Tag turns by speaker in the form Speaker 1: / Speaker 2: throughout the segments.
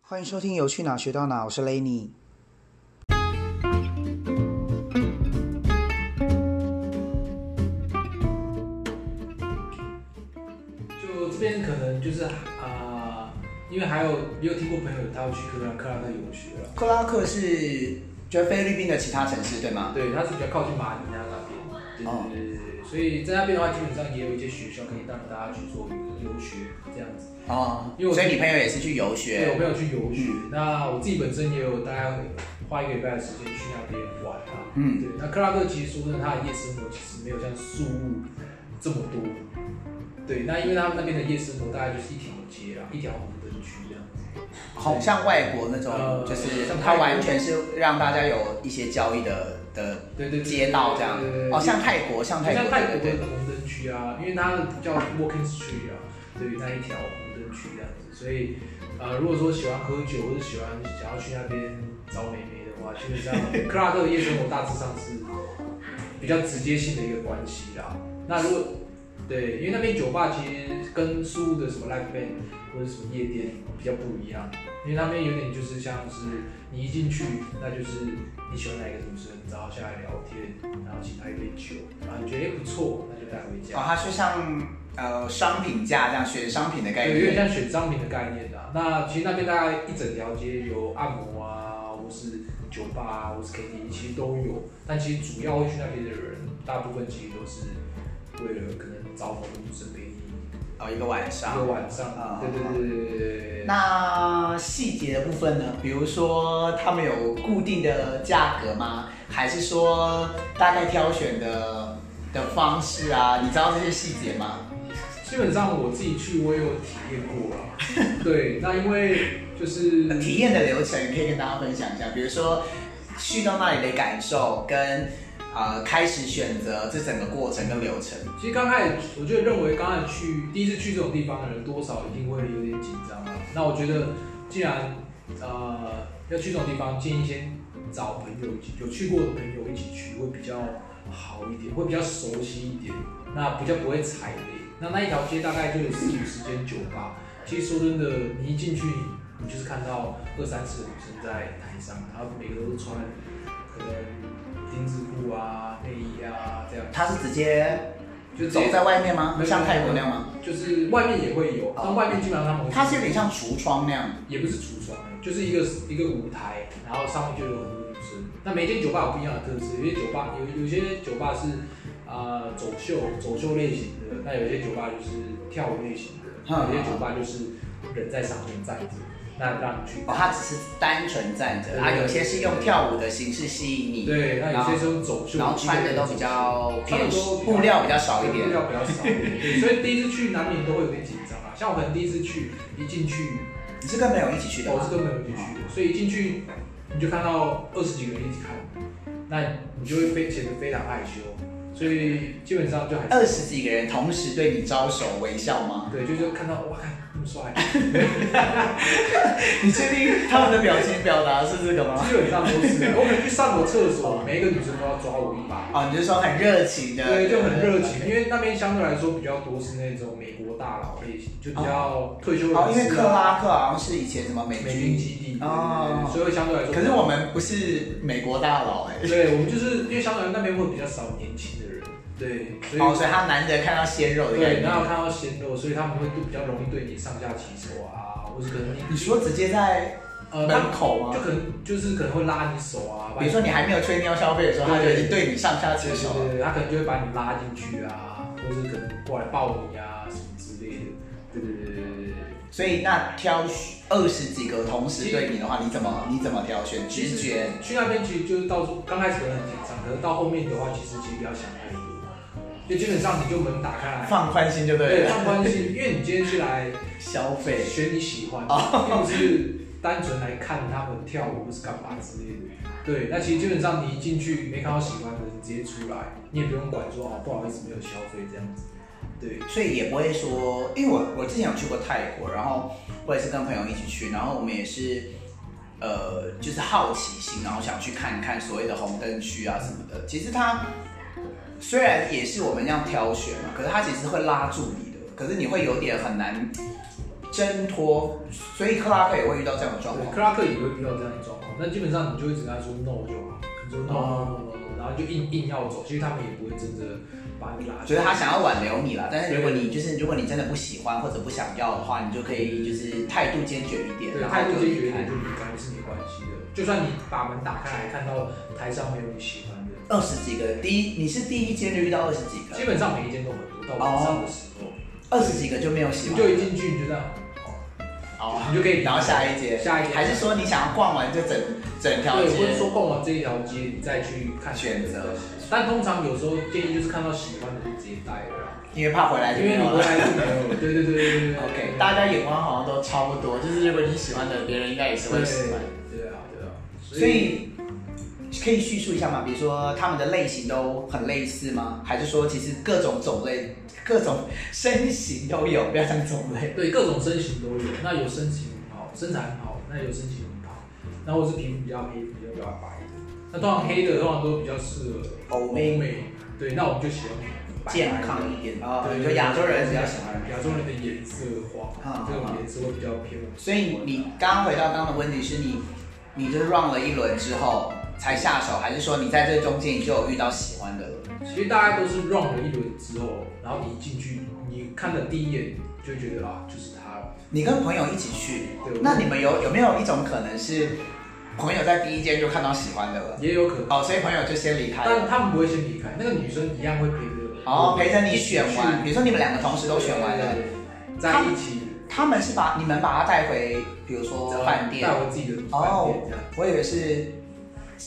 Speaker 1: 欢迎收听《由去哪学到哪》，我是 Lenny。
Speaker 2: 就这边可能就是啊、因为还有也有听过朋友他要去克拉克拉克游学了，
Speaker 1: 克拉克是就菲律宾的其他城市对吗？
Speaker 2: 对，他是比较靠近马尼拉那边，对对对对对，所以在那边的话，基本上也有一些学校可以让大家去做游学这样子。
Speaker 1: 哦，
Speaker 2: 因为我
Speaker 1: 所以你朋友也是去游
Speaker 2: 对，我
Speaker 1: 学，
Speaker 2: 朋友去游学，那我自己本身也有大概花一个礼拜的时间去那边玩啊。
Speaker 1: 嗯，
Speaker 2: 对，那克拉克其实说真的，它的夜生活其实没有像宿务这么多。对，那因为他们那边的夜生活大概就是一条街啦，一条红灯区这样子。
Speaker 1: 好像外国那种，
Speaker 2: 呃
Speaker 1: 就是
Speaker 2: 像
Speaker 1: 它
Speaker 2: 泰国
Speaker 1: 完全是让大家有一些交易的的
Speaker 2: 对对对，
Speaker 1: 街道这样
Speaker 2: 对对对。
Speaker 1: 哦，像泰国，像
Speaker 2: 就
Speaker 1: 泰
Speaker 2: 像
Speaker 1: 国，
Speaker 2: 泰
Speaker 1: 对
Speaker 2: 国
Speaker 1: 对
Speaker 2: 的红灯区啊，因为它的叫 Walking Street 啊，对于那一条红灯区这样子，所以呃，如果说喜欢喝酒或者喜欢想要去那边找美眉的话，基本上克拉克的夜生活大致上是比较直接性的一个关系啦。那如果对，因为那边酒吧其实跟苏的什么 live band 或者什么夜店比较不一样，因为那边有点就是像是你一进去，那就是你喜欢哪一个女生，然后下来聊天，然后请她一杯酒，然后你觉得哎不错，那就带回
Speaker 1: 对。
Speaker 2: 家
Speaker 1: 哦，。它就像呃商品价这样，选商品的概
Speaker 2: 对，有点
Speaker 1: 念。
Speaker 2: 像选商品的概念啦。那其实那边大概一整条街有按摩啊，或是酒吧啊，或是 KTV，其实都有。但其实主要会去那边的人，大部分其实都是为了可能找某个女生陪你
Speaker 1: 哦，一个晚
Speaker 2: 一
Speaker 1: 上
Speaker 2: 个。晚上
Speaker 1: 啊。
Speaker 2: 对对对对对对对。
Speaker 1: 那细节的部分呢？比如说他们有固定的价格吗？还是说大概挑选的的方式啊？你知道这些细节吗？
Speaker 2: 基本上我自己去，我也有体验 过啦。对，那因为就是
Speaker 1: 体验的流程可以跟大家分享一下，比如说去到那里的感受跟。呃，开始选择这整个过程跟流程，
Speaker 2: 其实刚开始，我就认为刚开始去第一次去这种地方的人，多少一定会有点紧张啊。那我觉得，既然呃要去这种地方，建议先找朋友一起，有去过的朋友一起去，会比较好一点，会比较熟悉一点，那比较不会踩雷。那那一条街大概就有四五十间酒吧，其实说真的，你一进去，你就是看到二三十个女生在台上，然后每个都穿可能丁字裤啊、内衣啊这样，
Speaker 1: 他是直接
Speaker 2: 就直接
Speaker 1: 走在外面吗？
Speaker 2: 没有
Speaker 1: 像泰国那样吗？
Speaker 2: 就是外面也会有，
Speaker 1: 哦
Speaker 2: 但外面基本上他们会
Speaker 1: 它是有点像橱窗那样，
Speaker 2: 也不是橱窗，就是一个一个舞台，然后上面就有很多女生。那每间酒吧有不一样的特色，有些酒吧有有些酒吧是啊、呃走秀走秀类型的，那有些酒吧就是跳舞类型的，
Speaker 1: 嗯
Speaker 2: 有些酒吧就是人在上面站着，那让你去
Speaker 1: 哦，它只是单纯站着，啊，有些是用跳舞的形式吸引你，
Speaker 2: 对，那有些时候走秀，
Speaker 1: 然后穿的都比较偏布料比较少一
Speaker 2: 布
Speaker 1: 点，
Speaker 2: 料比较少一点，对，所以第一次去难免都会有点紧张啊。像我可能第一次去，一进去
Speaker 1: 你是跟朋友一起去的
Speaker 2: 我
Speaker 1: 吗
Speaker 2: 是？跟朋友一起去的，所以一进去你就看到二十几个人一起看，那你就会非显得非常害羞，所以基本上就还
Speaker 1: 二
Speaker 2: 是
Speaker 1: 十几个人同时对你招手微笑吗？
Speaker 2: 对，就是看到哇，那么帅，
Speaker 1: 你确定他们的表情表达是这个吗？
Speaker 2: 基本上都是 啊。我可能去上个厕所，每一个女生都要抓我一把，
Speaker 1: 哦，你就说很热情的，
Speaker 2: 对，就很热情，因为那边相对来说比较多是那种美国大佬类型，就比较退休人士、啊
Speaker 1: 哦哦，因为克拉克好像是以前什么美
Speaker 2: 美军
Speaker 1: 军，
Speaker 2: 基地，对对
Speaker 1: 哦
Speaker 2: 对所以相对来说，
Speaker 1: 可是我们不是美国大佬哎、
Speaker 2: 对我们就是因为相对来说那边会比较少年轻的人，对，所以
Speaker 1: 哦，所以他难得看到鲜肉的感
Speaker 2: 对，然后
Speaker 1: 觉。
Speaker 2: 看到鲜肉，所以他们会比较容易对你上下其手啊，或是可能
Speaker 1: 你说直接在
Speaker 2: 呃，
Speaker 1: 门
Speaker 2: 他
Speaker 1: 口吗？
Speaker 2: 就可能就是可能会拉你手啊，把
Speaker 1: 比如说你还没有吹尿消费的时候，他就已经对你上下其
Speaker 2: 对
Speaker 1: 手了。
Speaker 2: 啊对对，他可能就会把你拉进去啊，或是可能过来抱你啊什么之类的，对对对对对对。
Speaker 1: 所以那挑二十几个同时对你的话，你怎么你怎么挑选？
Speaker 2: 其
Speaker 1: 直
Speaker 2: 实
Speaker 1: 觉
Speaker 2: 去那边其实就是到处刚开始可能很紧张，可是到后面的话，其实其实不要想太多，就基本上你就门打开来，
Speaker 1: 放宽心就对
Speaker 2: 对，
Speaker 1: 了。
Speaker 2: 放宽心，因为你今天是来
Speaker 1: 消费
Speaker 2: 选你喜欢，
Speaker 1: 哦
Speaker 2: 并不是单纯来看他们跳舞或是干嘛之类的。对，那其实基本上你一进去没看到喜欢的，你直接出来，你也不用管说哦不好意思没有消费这样子。对，
Speaker 1: 所以也不会说，因为我我之前有去过泰国，然后我也是跟朋友一起去，然后我们也是，呃，就是好奇心，然后想去看看所谓的红灯区啊什么的。其实它虽然也是我们这样挑选嘛，可是它其实会拉住你的，可是你会有点很难挣脱，所以克拉克也会遇到这样的状
Speaker 2: 对，
Speaker 1: 况。
Speaker 2: 克拉克也会遇到这样的状况，但基本上你就会只跟他说 no 就好，你说 no no no no，no，然后就硬硬要走，其实他们也不会真的把你拉
Speaker 1: 我
Speaker 2: 去。
Speaker 1: 觉得他想要挽留你啦，但是如果你就是如果你真的不喜欢或者不想要的话，你就可以就是态度坚决一点，
Speaker 2: 对，
Speaker 1: 然
Speaker 2: 态
Speaker 1: 后就
Speaker 2: 度坚决
Speaker 1: 离
Speaker 2: 一点
Speaker 1: 开
Speaker 2: 就。离开是没关系的，就算你把门打开来看到台上没有你喜欢的，
Speaker 1: 二十几个，第一你是第一间就遇到二十几
Speaker 2: 基
Speaker 1: 个，
Speaker 2: 本上每一间都很多，到晚上的时
Speaker 1: 哦
Speaker 2: 候，
Speaker 1: 二十几个就没有喜
Speaker 2: 你
Speaker 1: 欢
Speaker 2: 就一
Speaker 1: 的，
Speaker 2: 进去你就这样，
Speaker 1: 哦，
Speaker 2: 你就可以离开
Speaker 1: 然后下一节，
Speaker 2: 下一间
Speaker 1: 还是说你想要逛完这整整条
Speaker 2: 对，或者
Speaker 1: 街？
Speaker 2: 说逛完这一条街你再去看
Speaker 1: 选择，
Speaker 2: 但通常有时候建议就是看到喜欢的就直接待了啦，
Speaker 1: 因为怕回来就没
Speaker 2: 因为你
Speaker 1: 有
Speaker 2: 回
Speaker 1: 了。
Speaker 2: 来就没有了。对对对对对对。
Speaker 1: OK，
Speaker 2: 对
Speaker 3: 大家眼光好像都差不多，就是如果你喜欢的，别人应该也是会喜欢。
Speaker 2: 对啊对啊，
Speaker 1: 所以可以叙述一下吗？比如说他们的类型都很类似吗？还是说其实各种种类、各种身形都有？不要讲种类。
Speaker 2: 对，各种身形都有。那有身形很好，身材很好，那有身形很好，那我是皮肤比较黑，皮肤比较白的。那通常黑的通常都比较适合
Speaker 1: 欧
Speaker 2: 欧
Speaker 1: 美
Speaker 2: 美，对，那我们就喜欢白白的
Speaker 1: 健康一点啊，
Speaker 2: 对
Speaker 1: 你说亚洲人比较喜欢。
Speaker 2: 亚洲人的颜色黄
Speaker 1: 嗯，
Speaker 2: 这种
Speaker 1: 嗯
Speaker 2: 颜色会比较偏。
Speaker 1: 所以你刚刚回到刚刚的问题是你，你就是 run 了一轮之后才下手，还是说你在这中间你就有遇到喜欢的了？
Speaker 2: 其实大家都是 run 了一轮之后，然后你进去，你看了第一眼就觉得啊，就是他了。
Speaker 1: 你跟朋友一起去，
Speaker 2: 对，
Speaker 1: 那你们有有没有一种可能是朋友在第一间就看到喜欢的了？
Speaker 2: 也有可能，
Speaker 1: 哦，所以朋友就先离开了。
Speaker 2: 但他们不会先离开，那个女生一样会陪着。
Speaker 1: 哦，陪着你选完，比如说你们两个同时都选完了，
Speaker 2: 对，对对在一起。
Speaker 1: 他们是把你们把他带回，比如说饭店
Speaker 2: 带，我自己的饭
Speaker 1: 哦
Speaker 2: 店这样。
Speaker 1: 我以为是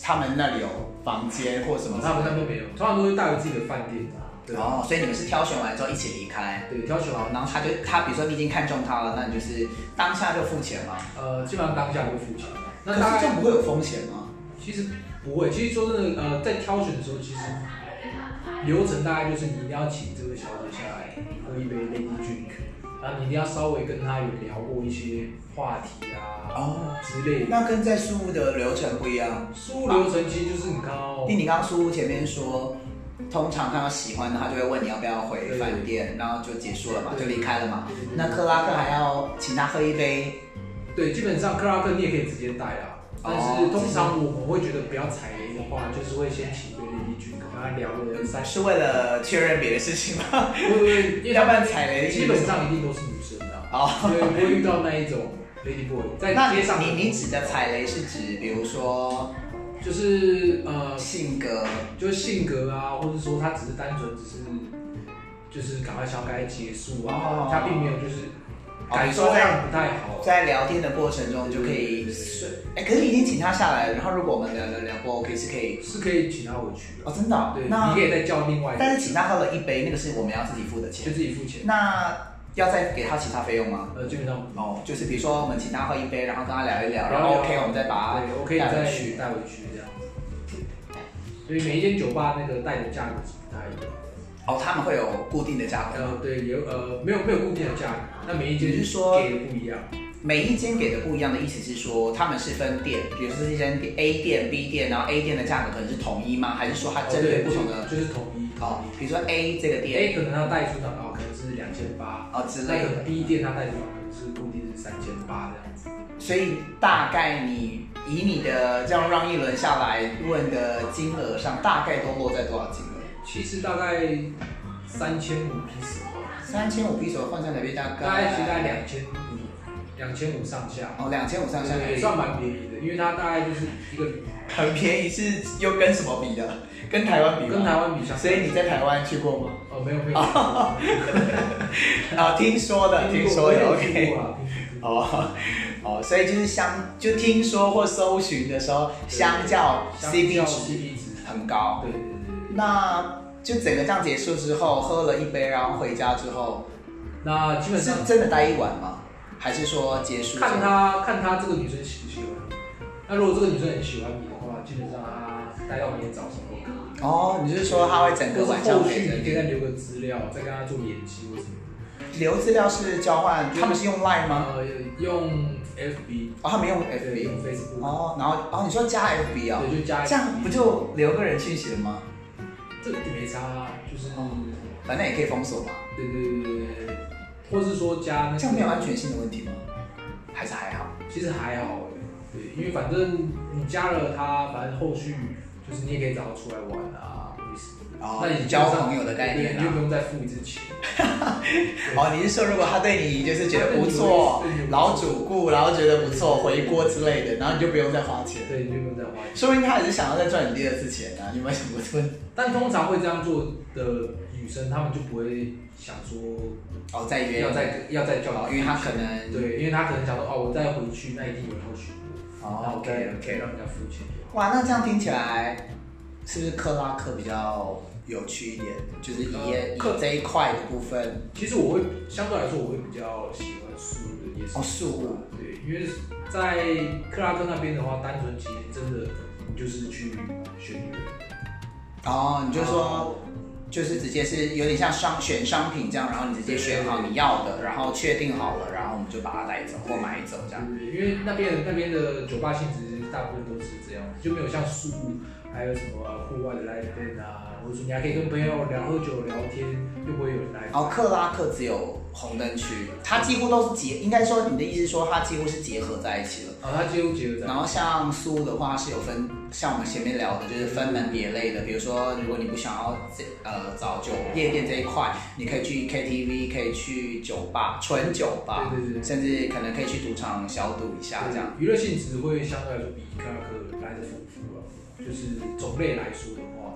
Speaker 1: 他们那里有房间或什么之
Speaker 2: 他们那
Speaker 1: 类
Speaker 2: 边没有，通常都会带我自己的饭店。对
Speaker 1: 的，，哦，所以你们是挑选完之后一起离开，
Speaker 2: 对，挑选完，
Speaker 1: 然后他就他，比如说你已经看中他了，那你就是当下就付钱嘛，
Speaker 2: 呃，基本上当下就付钱了。
Speaker 1: 可
Speaker 2: 那大
Speaker 1: 是这
Speaker 2: 概
Speaker 1: 样不会有风险吗？
Speaker 2: 其实不会，其实说真的，呃，在挑选的时候，其实流程大概就是你一定要请这位小姐下来喝一杯 Lady Drink，然后你一定要稍微跟她有聊过一些话题啊
Speaker 1: 哦，
Speaker 2: 之类的。
Speaker 1: 那跟在书屋的流程不一样，
Speaker 2: 输入流程其实就是你看到
Speaker 1: 因为你刚刚书屋前面说。通常看到喜欢的，他就会问你要不要回饭店，然后就结束了嘛，就
Speaker 2: 对
Speaker 1: 离开了嘛。那克拉克还要请他喝一杯
Speaker 2: 对，基本上克拉克你也可以直接带啦。但
Speaker 1: 哦
Speaker 2: 是通常我们会觉得不要踩雷的话，就是会先请别人一句，跟他聊 个三十，
Speaker 1: 是为了确认别的事情吗？
Speaker 2: 不不，因为
Speaker 1: 要不然踩雷
Speaker 2: 哎基本上一定都是女生的、啊，
Speaker 1: 哦。
Speaker 2: 对，不会遇到那一种 lady boy 在
Speaker 1: 那
Speaker 2: 街上。
Speaker 1: 你你指的踩雷是指，比如说
Speaker 2: 就是呃，
Speaker 1: 性格
Speaker 2: 就是性格啊，或者说他只是单纯只是就是赶快想要赶快结束
Speaker 1: 哦
Speaker 2: 啊，他并没有就是
Speaker 1: 哦
Speaker 2: 感受这样不太好。啊
Speaker 1: 在聊天的过程中就可哦以
Speaker 2: 对对对对
Speaker 1: 顺。哎、可是你已经请他下来了，然后如果我们聊聊聊不 OK 是可以
Speaker 2: 是可以请他回去的，
Speaker 1: 哦，真的哦、
Speaker 2: 对，你
Speaker 1: 那
Speaker 2: 可以再叫另外一个，
Speaker 1: 但是请他喝了一杯，那个是我们要自己付的
Speaker 2: 就
Speaker 1: 钱。
Speaker 2: 自己付钱。
Speaker 1: 那要再给他其他费用吗？
Speaker 2: 呃，基本上
Speaker 1: 哦，就是比如说我们请他喝一杯，然后跟他聊一聊，然
Speaker 2: 聊一
Speaker 1: 后
Speaker 2: 聊
Speaker 1: OK 我们再把他
Speaker 2: 对，我可以
Speaker 1: 啊带
Speaker 2: 再
Speaker 1: 回去
Speaker 2: 带回去这样子。所以每一间酒吧那个带的价格是不太一样，
Speaker 1: 哦，他们会有固定的价格吗。
Speaker 2: 呃，对，有呃没有没有固定的价格，那每一间
Speaker 1: 你是说
Speaker 2: 给的不一样，
Speaker 1: 每一间给的不一样的意思是说，他们是分店，比如说这间店 A 店、B 店，然后 A 店的价格可能是统一吗？还是说它啊针对不同的
Speaker 2: 哦对就是统一
Speaker 1: 哦，比如说 A 这个店
Speaker 2: A 可能他带出场哦，可能是两千八，
Speaker 1: 哦之
Speaker 2: 那
Speaker 1: 类
Speaker 2: 可能
Speaker 1: 的，
Speaker 2: B 店他带出场可能是固定是三千八这样子。
Speaker 1: 所以大概你以你的这样让一轮下来问的金额上，大概都落在多少金额？
Speaker 2: 其实大概三千五批次，
Speaker 1: 三千五币手换算台币大概
Speaker 2: 大概其实大概两千五，两千五上下，
Speaker 1: 哦两千五上下
Speaker 2: 对也算蛮便宜的，因为它大概就是一个
Speaker 1: 很便宜是又跟什么比的？跟台湾比吗？
Speaker 2: 跟台湾比相，
Speaker 1: 所以你在台湾去过吗？
Speaker 2: 哦没有没有，听
Speaker 1: 啊，听说的，听说的
Speaker 2: 有
Speaker 1: ，OK。哦，哦，所以就是相就听说或搜寻的时候，
Speaker 2: 对
Speaker 1: 相较 CP 值
Speaker 2: CP 值，
Speaker 1: 很高。
Speaker 2: 对对对对。
Speaker 1: 那就整个这样结束之后，喝了一杯，然后回家之后，
Speaker 2: 那基本上
Speaker 1: 是真的待一晚吗？还是说结束？
Speaker 2: 看她看她这个女生喜不喜欢你。那如果这个女生很喜欢你的话，基本上她待到明天早上都可以。
Speaker 1: 哦，你是说他会整个晚上
Speaker 2: 或
Speaker 1: 陪
Speaker 2: 是
Speaker 1: 着
Speaker 2: 后续你可以
Speaker 1: 你？
Speaker 2: 再留个资料，再跟她做联系或什么的。
Speaker 1: 留资料是交换，他们是用 Line 吗？
Speaker 2: 呃，用 FB，
Speaker 1: 哦，他们用
Speaker 2: 对，
Speaker 1: FB。
Speaker 2: 用 Facebook，、
Speaker 1: 哦，然后哦，你说加 FB 哦，
Speaker 2: 对，就加
Speaker 1: 这样不就留个人讯息了吗？
Speaker 2: 这个没差啊，就是、
Speaker 1: 哦反正也可以封锁嘛。
Speaker 2: 对对对对对对，或是说加那
Speaker 1: 这样没有
Speaker 2: 个，
Speaker 1: 安全性的问题吗？还是还好？
Speaker 2: 其实还好哎、对，因为反正你加了它，反正后续就是你也可以找他出来玩啊，或者什么的
Speaker 1: 哦
Speaker 2: 那你
Speaker 1: 交朋友的概念啊
Speaker 2: 对你就不用再付一次钱。
Speaker 1: 哦，你是说如果他对你就是觉得不错
Speaker 2: 他对你有意，思
Speaker 1: 老主顾，然后觉得不错，回锅之类的，然后你就不用再花钱。
Speaker 2: 对，你就不用再花钱。
Speaker 1: 说不定他也是想要再赚你第二次钱啊！你有没有想过这个问题？
Speaker 2: 但通常会这样做的女生，她们就不会想说
Speaker 1: 哦，再约
Speaker 2: 要再要再叫
Speaker 1: 哦
Speaker 2: 她，
Speaker 1: 因为他可能
Speaker 2: 对，因为她可能想说哦，我再回去，那一定有人会选我，然
Speaker 1: 哦
Speaker 2: 后我再
Speaker 1: ，OK OK。
Speaker 2: 让人家付钱。
Speaker 1: 哇，那这样听起来是不是克拉克比较有趣一点？就是以
Speaker 2: 呃
Speaker 1: 以
Speaker 2: 克
Speaker 1: 这一块的部分
Speaker 2: 其实我会相对来说，我会比较喜欢素的夜
Speaker 1: 哦，
Speaker 2: 生
Speaker 1: 事物
Speaker 2: 活，对，因为在克拉克那边的话，单纯其实真的你就是去选女人，
Speaker 1: 哦，你就
Speaker 2: 然
Speaker 1: 说
Speaker 2: 后
Speaker 1: 就是直接是有点像商选商品这样，然后你直接选好你要的，然后确定好了，然后我们就把它带走或买走这样。
Speaker 2: 对，因为那边那边的酒吧性质大部分都是这样，就没有像树，还有什么户外的 live band 啊，或者说你还可以跟朋友聊喝酒聊天，又不会有人来。
Speaker 1: 哦，克拉克只有红灯区，它几乎都是结，应该说你的意思是说它几乎是结合在一起了。
Speaker 2: 哦，他几乎结合在
Speaker 1: 然后像苏的话是有分，像我们前面聊的，就是分门别类的。比如说，如果你不想要这呃找酒夜店这一块，你可以去 KTV，可以去酒吧，纯酒吧，
Speaker 2: 对对对
Speaker 1: 甚至可能可以去赌场小赌一下这样。
Speaker 2: 娱乐性质会相对来说比克拉克来的丰富了，就是种类来说的话，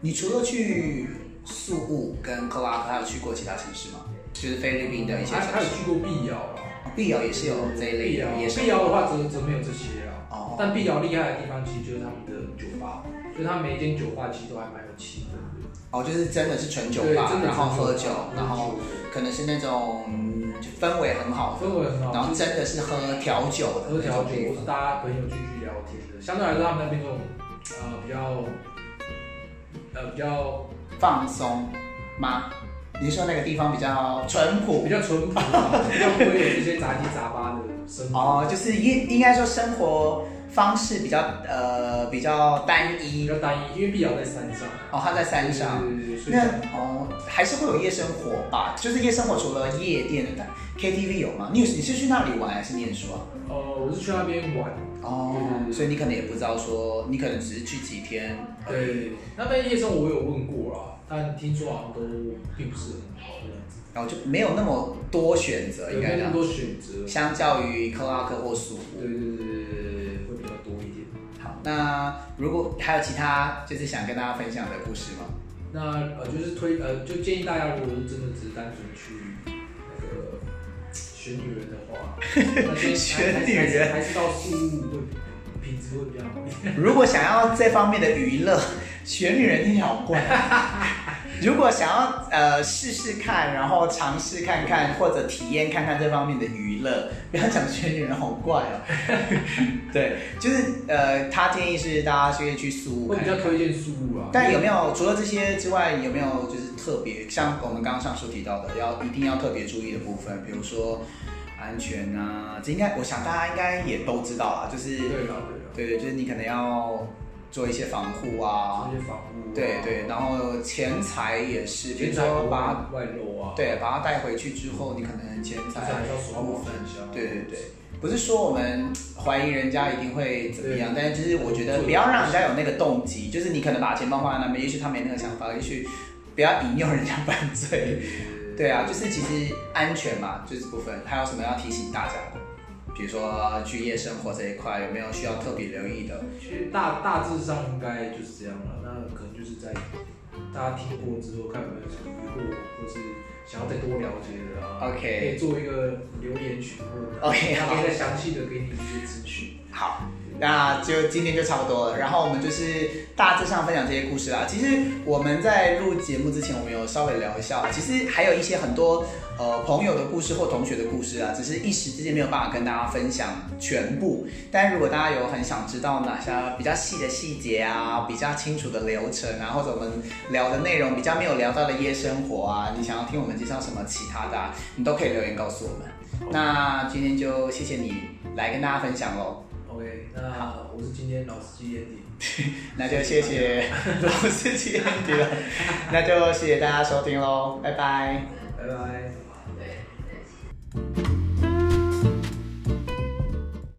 Speaker 1: 你除了去宿务跟克拉克，还有去过其他城市吗？就是菲律宾的一些
Speaker 2: 还
Speaker 1: 城
Speaker 2: 还有
Speaker 1: 市，
Speaker 2: 去过碧瑶啊，
Speaker 1: 碧瑶也是有这一类
Speaker 2: 碧瑶
Speaker 1: 的夜生
Speaker 2: 碧
Speaker 1: 活。
Speaker 2: 瑶的话则则没有这些啊。
Speaker 1: 哦
Speaker 2: 但碧瑶厉害的地方，其实就是他们的酒吧，就他们每一间酒吧其实都还蛮有气氛的。
Speaker 1: 哦，就是真的是纯酒
Speaker 2: 对
Speaker 1: 吧
Speaker 2: 真，的嗯
Speaker 1: 然后
Speaker 2: 纯
Speaker 1: 喝酒
Speaker 2: 酒吧，
Speaker 1: 然后可能是那种嗯就氛围很好的，
Speaker 2: 氛围很好
Speaker 1: 然后真的是喝调酒的
Speaker 2: 嗯喝
Speaker 1: 那
Speaker 2: 调
Speaker 1: 种地
Speaker 2: 酒或
Speaker 1: 方
Speaker 2: 是大家朋友聚聚聊天的，相对来说他们那边这种呃比较呃比较
Speaker 1: 放松吗？你说那个地方比较淳朴
Speaker 2: 比较淳朴啊，比较不会有这些杂七杂八的生活。
Speaker 1: 哦，就是应应该说生活方式比较呃比较单
Speaker 2: 比
Speaker 1: 一
Speaker 2: 较单一，因为碧瑶在山上，
Speaker 1: 哦，它在山上。
Speaker 2: 对对对，所以
Speaker 1: 那哦，还是会有夜生活吧，就是夜生活除了夜店，KTV 有吗？你有你是去那里玩还是念书啊？
Speaker 2: 呃我是去那边玩，
Speaker 1: 哦
Speaker 2: 对对，对
Speaker 1: 所以你可能也不知道说，你可能只是去几天而已。
Speaker 2: 对，那边夜生活我有问过啦，但听说好像都并不是很好这样子，
Speaker 1: 然后就没有那么多选择，应
Speaker 2: 有没
Speaker 1: 该
Speaker 2: 有
Speaker 1: 这
Speaker 2: 那
Speaker 1: 样。
Speaker 2: 么多选择？
Speaker 1: 相较于克拉克或苏
Speaker 2: 对对对对对对，会比较多一点。
Speaker 1: 好，那如果还有其他就是想跟大家分享的故 事吗？
Speaker 2: 那呃，就是推呃，就建议大家，如果是真的只是单纯去那个选女人的 话，那先
Speaker 1: 选女人
Speaker 2: 还是还是到宿务会品质会比较好一点。
Speaker 1: 如果想要这方面的娱乐，选女人听起来好怪啊。 如果想要呃试试看，然后尝试看看或者体验看看这方面的娱乐，不要讲选女人好怪哦。 对，就是呃，他建议是大家先去苏
Speaker 2: 会
Speaker 1: 看
Speaker 2: 比较推荐宿务啊。
Speaker 1: 但有没有除了这些之外，有没有就是特别像我们刚刚上述提到的，要一定要特别注意的部分，比如说安全啊，这应该我想大家应该也都知道啦，就是
Speaker 2: 对了对
Speaker 1: 对对，就是你可能要做一些防护啊
Speaker 2: 了，，这些房屋、啊，
Speaker 1: 对对，然后钱财也是，比
Speaker 2: 钱
Speaker 1: 如
Speaker 2: 财
Speaker 1: 说
Speaker 2: 不
Speaker 1: 把它
Speaker 2: 外外露啊，，
Speaker 1: 对把它带回去之后，你可能钱
Speaker 2: 就是
Speaker 1: 财啊
Speaker 2: 还是要手部分享。
Speaker 1: 对对对，不是说我们怀疑人家一定会怎么样，但是就是我觉得不要让人家有那个动机，就是你可能把钱包放在那边，也许他没那个想法，也许不要引诱人家犯罪。对啊，就是其实安全嘛，就是部分。还有什么要提醒大家的？比如说去夜生活这一块，有没有需要特别留意的？
Speaker 2: 其实大大致上应该就是这样了。那可能就是在大家听过之后，看有没有什么疑惑，或是想要再多了解的啊
Speaker 1: OK
Speaker 2: 可以做一个留言询问啊
Speaker 1: OK，
Speaker 2: 然
Speaker 1: 好
Speaker 2: 后可以再详细的给你一些资讯。
Speaker 1: 好，那就今天就差不多了。然后我们就是大致上分享这些故事啦。其实我们在录节目之前，我们有稍微聊一下，其实还有一些很多呃朋友的故事或同学的故事啊，只是一时之间没有办法跟大家分享全部。但如果大家有很想知道哪些比较细的细节啊，比较清楚的流程啊，或者我们聊的内容比较没有聊到的夜生活啊，你想要听我们介绍什么其他的、啊，你都可以留言告诉我们。那今天就谢谢你来跟大家分享喽。
Speaker 2: OK，那我是今天老司机 Andy，
Speaker 1: 那就谢谢老司机 Andy 了，那就谢谢大家收听喽，拜拜。
Speaker 2: 拜拜。